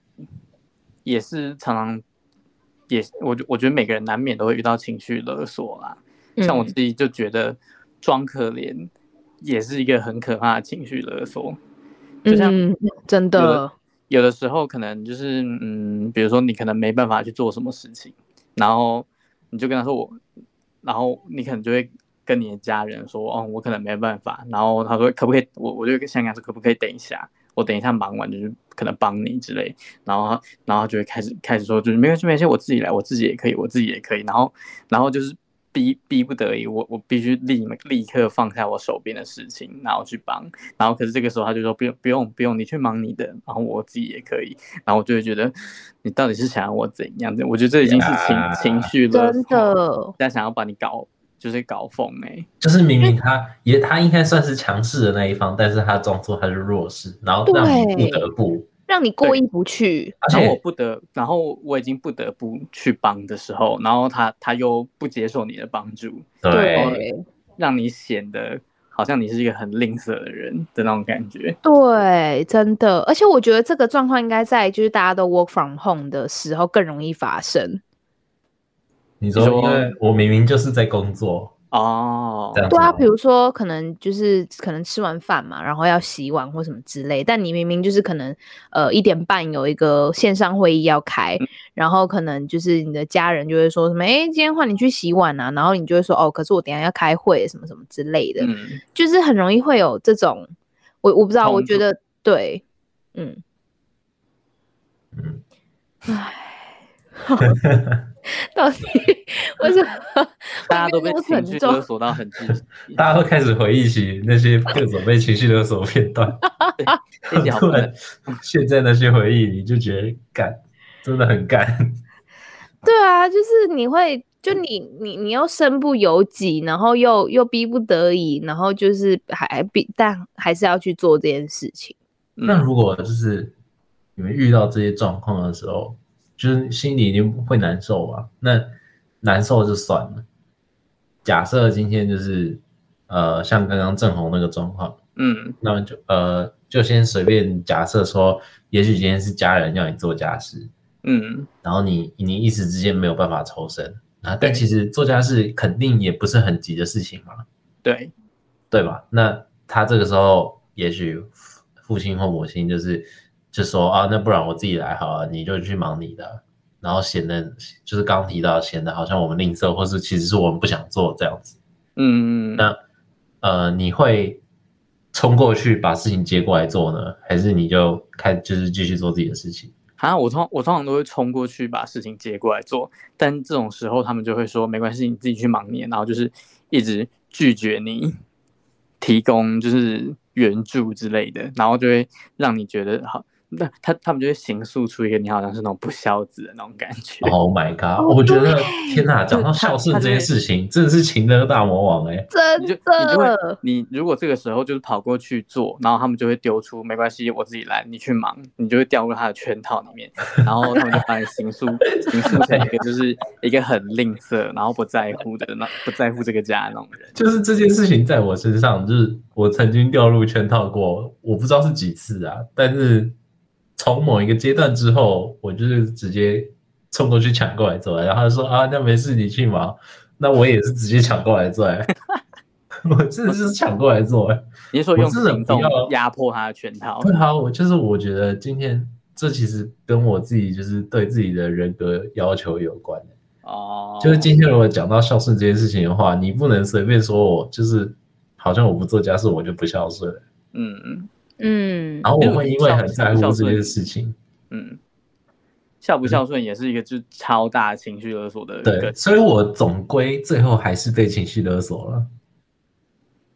S2: 也是常常也，我觉我觉得每个人难免都会遇到情绪勒索啦。像我
S1: 嗯
S2: 自己就觉得装可怜也是一个很可怕的情绪勒索。就像
S1: 嗯、真
S2: 有
S1: 的
S2: 的，有的时候可能就是嗯，比如说你可能没办法去做什么事情，然后你就跟他说我，然后你可能就会跟你的家人说，哦，我可能没办法，然后他说可不可以，我我就想想说可不可以等一下，我等一下忙完就是可能帮你之类，然后然后就会开始开始说就是没关系没关系，我自己来，我自己也可以，我自己也可以，然后然后就是逼逼不得已，我我必须立立刻放下我手边的事情，然后去帮，然后可是这个时候他就说不用不用不用，你去忙你的，然后我自己也可以，然后我就会觉得你到底是想要我怎样的？我觉得这已经是情、
S3: 呀
S2: 情绪勒
S1: 真
S2: 索，
S1: 的，
S2: 人家想要把你搞就是搞疯哎、
S3: 就是明明他也他应该算是强势的那一方，但是他装作他是弱势，然后让你不得不，
S1: 让你过意不去。
S3: 而
S2: 然后我
S3: 且
S2: 不得，然后我已经不得不去帮的时候，然后他他又不接受你的帮助，
S3: 对，
S2: 让你显得好像你是一个很吝啬的人的那种感觉。
S1: 对，真的，而且我觉得这个状况应该在就是大家都 work from home 的时候更容易发生。
S3: 你说
S2: 你说
S3: 因为我明明就是在工作，
S2: 哦
S3: 这，样子
S1: 对啊，
S3: 吗
S1: 比如说可能就是可能吃完饭嘛，然后要洗碗或什么之类，但你明明就是可能呃一点半有一个线上会议要开，
S2: 嗯
S1: 然后可能就是你的家人就会说什么，哎、今天换你去洗碗啊，然后你就会说哦，可是我等一下要开会什么什么之类的，
S2: 嗯，
S1: 就是很容易会有这种，我我不知道，我
S2: 冲
S1: 觉
S2: 突
S1: 得对，嗯，
S3: 嗯，，
S1: [laughs] 到底 [laughs] 为什么
S2: 大家都被
S1: 会变得
S2: 情绪
S1: 这么沉重？
S2: 勒索到很窒息
S3: 大家都开始回忆起那些各种被情绪勒索的片段，
S2: [laughs] 这一集好
S3: [laughs] 突
S2: 难
S3: 然现在那些回忆，你就觉得干，真的很干，
S1: 对啊，就是你会，就
S3: 嗯
S1: 你你你又身不由己，然后又又逼不得已，然后就是还逼，但还是要去做这件事情。
S3: 那
S2: 嗯，
S3: 如果就是你们遇到这些状况的时候，就是心里一定会难受吧？那难受就算了。假设今天就是呃，像刚刚正红那个状况，
S2: 嗯
S3: 那么就呃，就先随便假设说，也许今天是家人要你做家事，
S2: 嗯，
S3: 然后你你一时之间没有办法抽身啊，但
S2: 对
S3: 其实做家事肯定也不是很急的事情嘛，
S2: 对，
S3: 对吧？那他这个时候也许父父亲或母亲就是就说啊，那不然我自己来好了，你就去忙你的，然后显得就是刚提到显得好像我们吝啬，或是其实是我们不想做这样子。
S2: 嗯，
S3: 那呃，你会冲过去把事情接过来做呢，还是你就开就是继续做自己的事情？
S2: 啊，我通我通常都会冲过去把事情接过来做，但这种时候他们就会说没关系，你自己去忙你的，然后就是一直拒绝你提供就是援助之类的，然后就会让你觉得好，那他他们就会形塑出一个你好像是那种不孝子的那种感觉。
S3: Oh my god！、
S1: 哦
S3: 我觉得
S1: 对 [laughs]
S3: 天哪，讲到孝顺这件事情，真的是情勒大魔王哎、
S1: 真
S2: 你就你就会
S1: 的，
S2: 你如果这个时候就是跑过去做，然后他们就会丢出没关系，我自己来，你去忙，你就会掉入他的圈套里
S3: [laughs]
S2: 面，然后他们就把你形塑形塑成一个就是一个很吝啬，然后不在乎的那不在乎这个家的那种人。
S3: 就是这件事情在我身上，就是我曾经掉入圈套过，我不知道是几次啊，但是从某一个阶段之后，我就是直接冲过去抢过来做，然后他说啊，那没事，你去忙， [laughs] 那我也是直接抢过来做、欸，我真的是抢过来做、欸，
S2: 你是说
S3: 我
S2: 用
S3: 真的
S2: 行
S3: 不
S2: 动
S3: 要
S2: 压迫他的圈套？
S3: 对啊，我就是我觉得今天这其实跟我自己就是对自己的人格要求有关、欸
S2: 哦，
S3: 就是今天如果讲到孝顺这件事情的话，你不能随便说我就是好像我不做家事我就不孝顺，
S2: 嗯
S1: 嗯，
S3: 然后我会因为很在乎这件事情，
S2: 嗯，孝不孝顺也是一个就是超大情绪勒索的一
S3: 嗯对
S2: 个，，
S3: 所以我总归最后还是被情绪勒索了。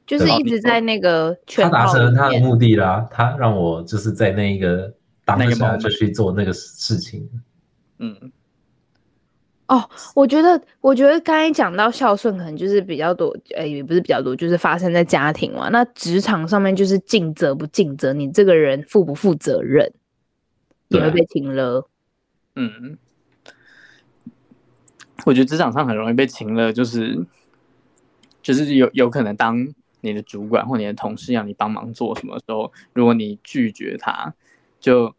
S1: 就是
S3: 对吧
S1: 一直在那个
S3: 他
S1: 圈
S3: 达
S1: 套
S3: 成了
S1: 里
S3: 他的
S1: 面。
S3: 目的啦，他让我就是在那一个当
S2: 那个
S3: 下
S2: moment
S3: 就去做那个事情。
S2: 嗯
S1: 我觉得，我觉得刚才讲到孝顺，可能就是比较多，呃，也不是比较多，就是发生在家庭嘛。那职场上面就是尽责不尽责，你这个人负不负责任，你会
S3: 对
S1: 被停了。
S2: 嗯，我觉得职场上很容易被情了，就是就是有有可能当你的主管或你的同事要你帮忙做什么时候，如果你拒绝他，就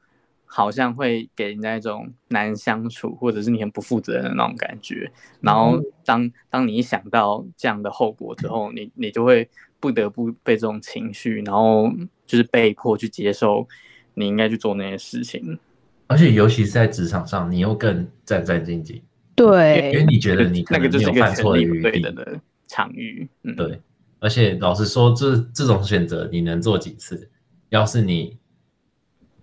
S2: 好像会给人家一种难相处，或者是你很不负责任的那种感觉。然后当当你一想到这样的后果之后，你你就会不得不被这种情绪，然后就是被迫去接受你应该去做那些事情。
S3: 而且尤其是在职场上，你又更战战兢兢，因为
S1: 对，
S3: 你觉得你可
S2: 那个
S3: 能
S2: 就是
S3: 没有
S2: 一个
S3: 犯错
S2: 权
S3: 的
S2: 力不
S3: 余
S2: 对
S3: 地
S2: 等。的场域。嗯，
S3: 对，而且老实说，这这种选择你能做几次？要是你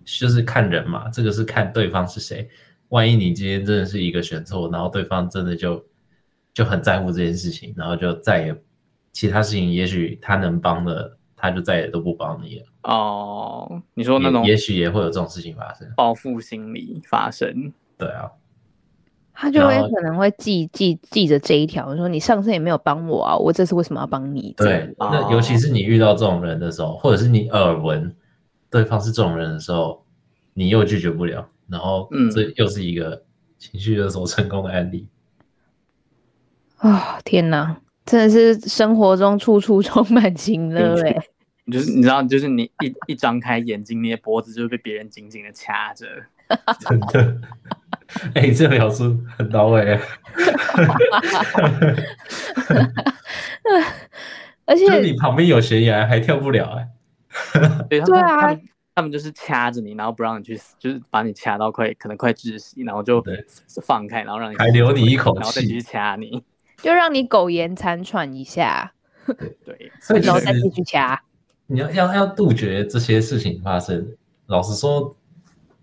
S3: 就是看人嘛，这个是看对方是谁。万一你今天真的是一个选错，然后对方真的就就很在乎这件事情，然后就再也其他事情，也许他能帮的，他就再也都不帮你了。
S2: 哦，你说那
S3: 也
S2: 种
S3: 也许也会有这种事情发生。
S2: 报复心理发生，
S3: 对啊，
S1: 他就会
S3: 然后
S1: 可能会记记记着这一条，说你上次也没有帮我啊，我这次为什么要帮你？这样
S3: 对，那尤其是你遇到这种人的时候，或者是你耳闻对方是这种人的时候，你又拒绝不了，然后
S2: 嗯
S3: 这又是一个情绪勒索成功的案例。
S1: 啊、天哪，真的是生活中处处 [laughs] 充满情乐
S2: 嗯
S1: 哎、
S2: 就是你知道，就是你一一张开眼睛，你的脖子就会被别人紧紧的掐着。
S3: 真的。 [laughs] 哎、这描述很到位啊，
S1: 而
S3: 就是
S1: 且
S3: 你旁边有悬崖还跳不了哎、
S2: 对，他
S1: 对
S2: 们
S1: 啊
S2: 他们他们就是掐着你，然后不让你去死，就是把你掐到快可能快窒息，然后就
S3: 对
S2: 放开，然后让你
S3: 还留你一口
S2: 然后再
S3: 气
S2: 继续掐你。
S1: 就让你苟延残喘一下，
S2: 对，
S3: 所以其
S1: 然后再继
S3: 实
S1: 续掐。
S3: 你要要要杜绝这些事情发生。老实说，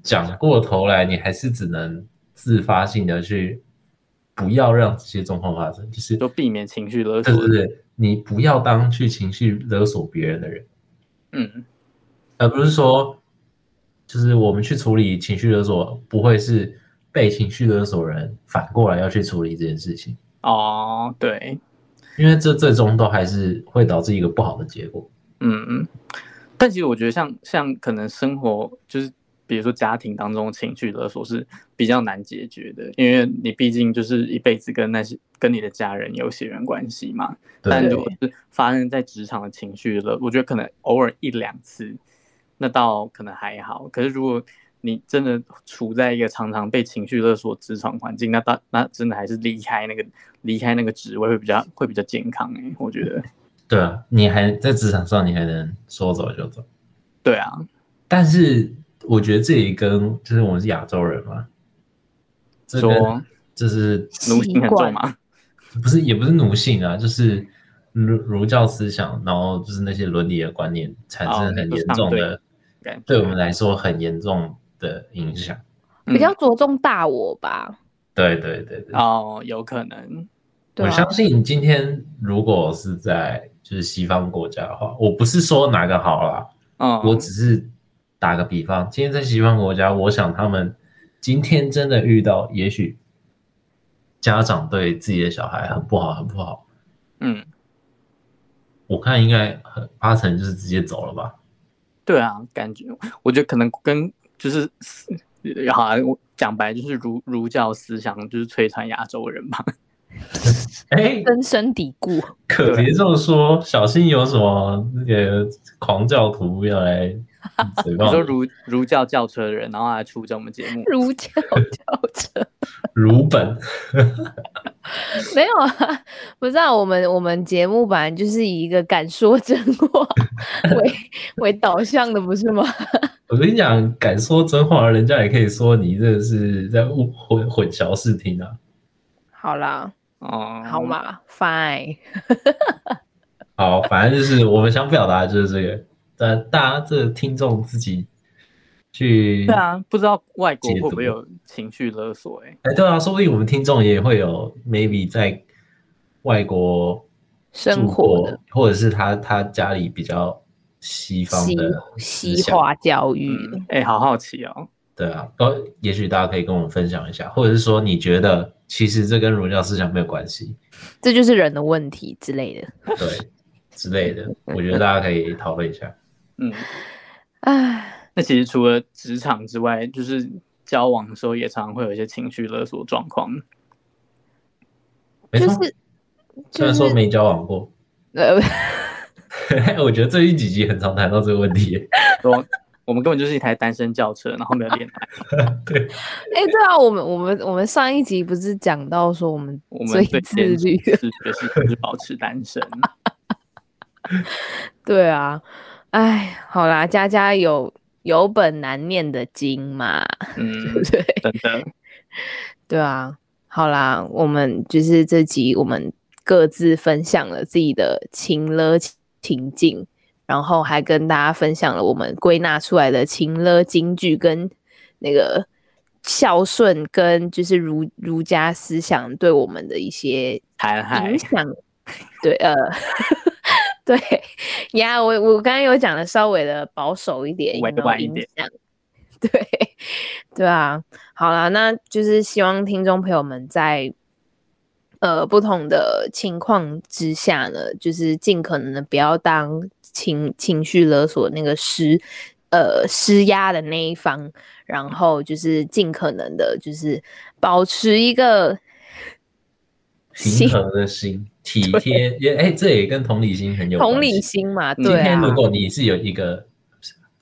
S3: 讲过头来，你还是只能自发性的去不要让这些状况发生，就是
S2: 就避免情绪勒
S3: 对
S2: 索。
S3: 对对，你不要当去情绪勒索别人的人，
S2: 嗯，
S3: 而不是说，就是我们去处理情绪勒索，不会是被情绪勒索人反过来要去处理这件事情，
S2: 哦，对，
S3: 因为这最终都还是会导致一个不好的结果。
S2: 嗯，但其实我觉得像像可能生活就是比如说家庭当中的情绪勒索是比较难解决的，因为你毕竟就是一辈子跟那些跟你的家人有血缘关系嘛。但
S3: 对
S2: 如果是发生在职场的情绪勒，我觉得可能偶尔一两次，那倒可能还好。可是如果你真的处在一个常常被情绪勒索的职场环境，那当那真的还是离开那个离开那个职位会比较会比较健康诶、欸我觉得。
S3: 对啊，你还在职场上，你还能说走就走，
S2: 对啊，
S3: 但是我觉得这也跟就是我们是亚洲人嘛，这
S2: 说
S3: 跟就是
S2: 奴
S1: 习
S2: 性很重
S1: 惯
S2: 嘛。
S3: 不是也不是奴性啊，就是儒儒教思想，然后就是那些伦理的观念产生
S2: 哦
S3: 很
S2: 就是
S3: 严
S2: 上
S3: 重
S2: 对
S3: 的，
S2: 感觉
S3: 对我们来说很严重的影响。
S2: 嗯
S1: 比
S3: 嗯
S1: 较着重大我吧，
S3: 对对对对，
S2: 哦，有可能，
S1: 对
S3: 我
S1: 啊
S3: 相信今天如果是在就是西方国家的话，我不是说哪个好啦，
S2: 嗯，
S3: 我只是打个比方，今天在西方国家，我想他们今天真的遇到，也许家长对自己的小孩很不好，很不好。
S2: 嗯，
S3: 我看应该很八成就是直接走了吧？
S2: 对啊，感觉我觉得可能跟就是思好啊，我讲白就是儒儒教思想就是摧残亚洲人嘛，
S3: 哎、
S1: 根深蒂固。
S3: 可别这么说，小心有什么那个狂教徒要来诽
S2: 你说
S3: 谤
S2: 儒儒教教车的人，然后还出征我们节目，
S1: 儒
S3: [laughs]
S1: 教教者
S3: 如本，
S1: 没有啊，不知道我们我们节目本来就是以一个敢说真话 [laughs] 为为导向的，不是吗？
S3: 我跟你讲，敢说真话，人家也可以说你这是在误混混淆视听啊。
S1: 好啦，
S2: 哦，
S1: 好，嘛，fine，
S3: 好，反正就是我们想表达的就是这个，但大家这个听众自己去
S2: 对啊，不知道外国
S3: 解
S2: 会
S3: 读
S2: 不会有情绪勒索、欸？
S3: 哎，对啊，说不定我们听众也会有 maybe 在外国
S1: 生
S3: 住
S1: 活
S3: 过
S1: 的，
S3: 或者是他他家里比较西方
S1: 西
S3: 的思
S1: 西
S3: 想，
S1: 化教育的，
S2: 嗯，哎、好好奇哦，
S3: 对啊，哦，也许大家可以跟我们分享一下，或者是说你觉得其实这跟儒教思想没有关
S1: [laughs]
S3: 系，
S1: 这就是人的问题之类的。
S3: 对之类的，我觉得大家可以讨论一下。
S2: 嗯，
S1: 唉，
S2: 那其实除了职场之外，就是交往的时候也常常会有一些情绪勒索状况，
S1: [laughs]
S3: 没
S1: 就
S3: 错，
S1: 是
S3: 虽然
S1: 就
S3: 说
S1: 是
S3: 没交往过， [laughs]
S1: 呃， [laughs]
S3: 我觉得这一几集很常谈到这个问题。
S2: 说我们根本就是一台单身轿车，然后没有恋爱，
S3: 对，
S1: 哎、对啊，我们我们我们上一集不是讲到说我们
S2: 我们
S1: 最
S2: 最
S1: 自 [laughs] 律
S2: 坚持的事情就是保持单身。
S1: 对啊，哎，好啦，家家有有本难念的经嘛，
S2: 嗯，
S1: [laughs] 对不对？
S2: 真的，
S1: 对啊，好啦，我们就是这集我们各自分享了自己的情勒情境，然后还跟大家分享了我们归纳出来的情勒金句跟那个孝顺跟就是儒儒家思想对我们的一些
S2: 残
S1: [laughs]
S2: 害
S1: 影，响，对，呃， [laughs] 对呀，我我刚刚有讲的稍微的保守一点，有
S2: 委
S1: 没有
S2: 婉一
S1: 影
S2: 点
S1: 响， [laughs] 对，对啊，好啦，那就是希望听众朋友们在呃不同的情况之下呢，就是尽可能的不要当情情绪勒索那个施呃施压的那一方，然后就是尽可能的，就是保持一个
S3: 平衡的心，体贴也哎，这也跟同理心很有
S1: 同
S3: 关
S1: 理
S3: 系。
S1: 心嘛，
S2: 嗯
S1: 对
S3: 今
S1: 啊
S3: 天，如果你是有一个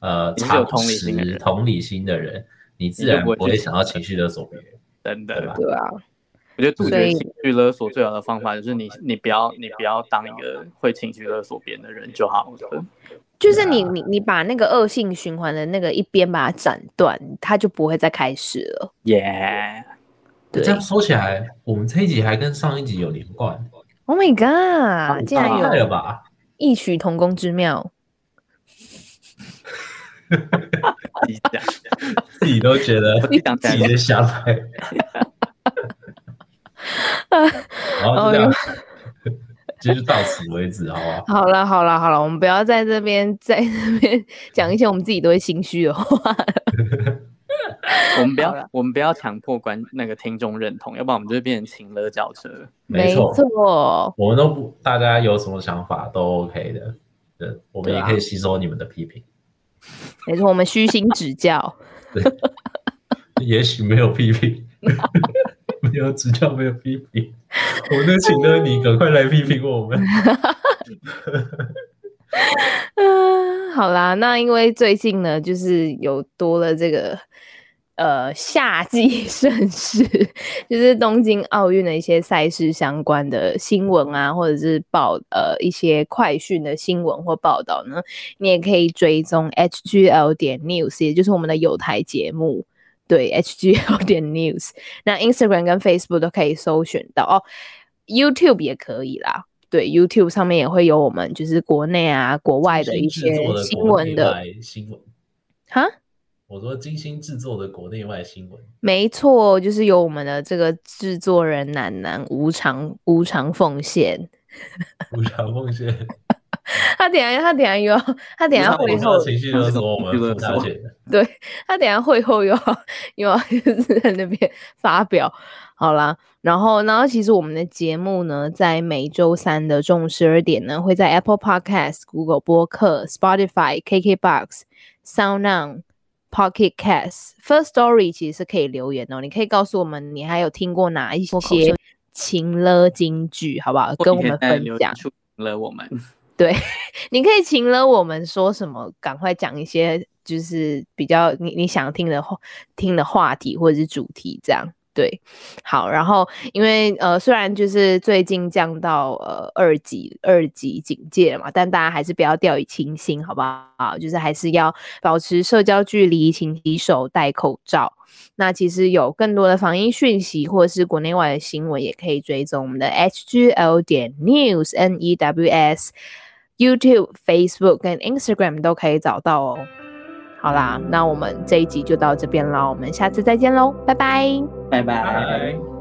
S3: 呃
S2: 你是有
S3: 常
S2: 同理心的
S3: 识
S2: 人
S3: 同理心的人，你自
S2: 你就
S3: 然
S2: 不会
S3: 不会
S2: 去
S3: 想要情绪勒索别人。
S2: 真
S3: 对吧
S2: 的。
S1: 对啊，
S2: 我觉得杜
S1: 所
S2: 绝
S1: 以
S2: 情绪勒索最好的方法就是你，你不要，你不要当一个会情绪勒索别人的人就好了。
S1: 就是你你你把那个恶性循环的那个一边把它斩断，它就不会再开始了。
S2: 耶、
S1: 对
S3: 这样说起来，我们这一集还跟上一集有连贯，
S1: Oh my
S2: 很
S1: god！竟然
S2: 棒
S3: 太
S1: 有
S3: 了吧？
S1: 异曲同工之妙，
S2: 自己讲，
S3: 自己都
S1: [laughs]
S3: 觉得
S2: 我自己讲起
S3: 自
S2: 来
S3: 己的想法。
S1: 啊
S3: 然后就
S1: 哦
S3: 这样， [laughs] 就是到此为止，好不好？
S1: 好了好了好了，我们不要在这边在这边讲一些我们自己都会心虚哦 [laughs] 的话。
S2: 我们不
S1: 好
S2: 要，我们不要强迫观那个听众认同，要不然我们就会变成情勒轿车。
S3: 没错，
S1: 错，
S3: 我们都不，大家有什么想法都 OK 的，对，我们
S1: 对
S3: 也
S1: 啊
S3: 可以吸收你们的批评。
S1: 没错，我们虚心指教。 [laughs]
S3: 也许没有批评， [laughs] 没有指教，没有批评，我们就请了你赶快来批评我们。
S1: 嗯，好啦，那因为最近呢，就是有多了这个呃夏季 [laughs] 盛事，就是东京奥运的一些赛事相关的新闻啊，或者是报呃一些快讯的新闻或报道呢，你也可以追踪 HGL 点 news，也就是我们的有台节目。对，HGL [laughs] 点 news，那 Instagram 跟 Facebook 都可以搜寻到哦，YouTube 也可以啦。对，YouTube 上面也会有我们就是国内啊、国外的一些
S3: 精心制作的
S1: 新
S3: 国
S1: 闻
S3: 内
S1: 的
S3: 外新闻，
S1: 哈。
S3: 我说精心制作的国内外新闻，
S1: 没错，就是由我们的这个制作人楠楠无偿无偿奉献。
S3: 无偿奉献。
S1: 他等一下他等一下又要他等一下
S2: 无偿
S1: 会
S3: 我
S2: 奉
S3: 知
S2: 献
S1: 后
S3: 道情绪勒索我们付他钱，
S1: 对他等一下会后又要又要 [laughs] 就是在那边发表，好啦，然后然后其实我们的节目呢，在每周三的中午十二点呢，会在 Apple Podcast、Google 播客、Spotify、KKBox、Sound On。Pocket Cast、First Story 其实是可以留言哦，你可以告诉我们你还有听过哪一些情勒金句，好不好？跟我
S2: 或者你可以
S1: 们
S2: 在
S1: 分
S2: 留言
S1: 享。
S2: 处评了我们，
S1: 你可以请了我们说什么，赶快讲一些就是比较你你想听的话听的话题或者是主题这样。对，好，然后因为呃，虽然就是最近降到呃二级二级警戒了嘛，但大家还是不要掉以轻心，好不好？就是还是要保持社交距离，勤洗手，戴口罩。那其实有更多的防疫讯息或者是国内外的新闻，也可以追踪我们的 HGL 点 News N E W S YouTube、Facebook 跟 Instagram 都可以找到哦。好啦，那我们这一集就到这边喽，我们下次再见喽，拜拜。
S2: 拜
S3: 拜拜。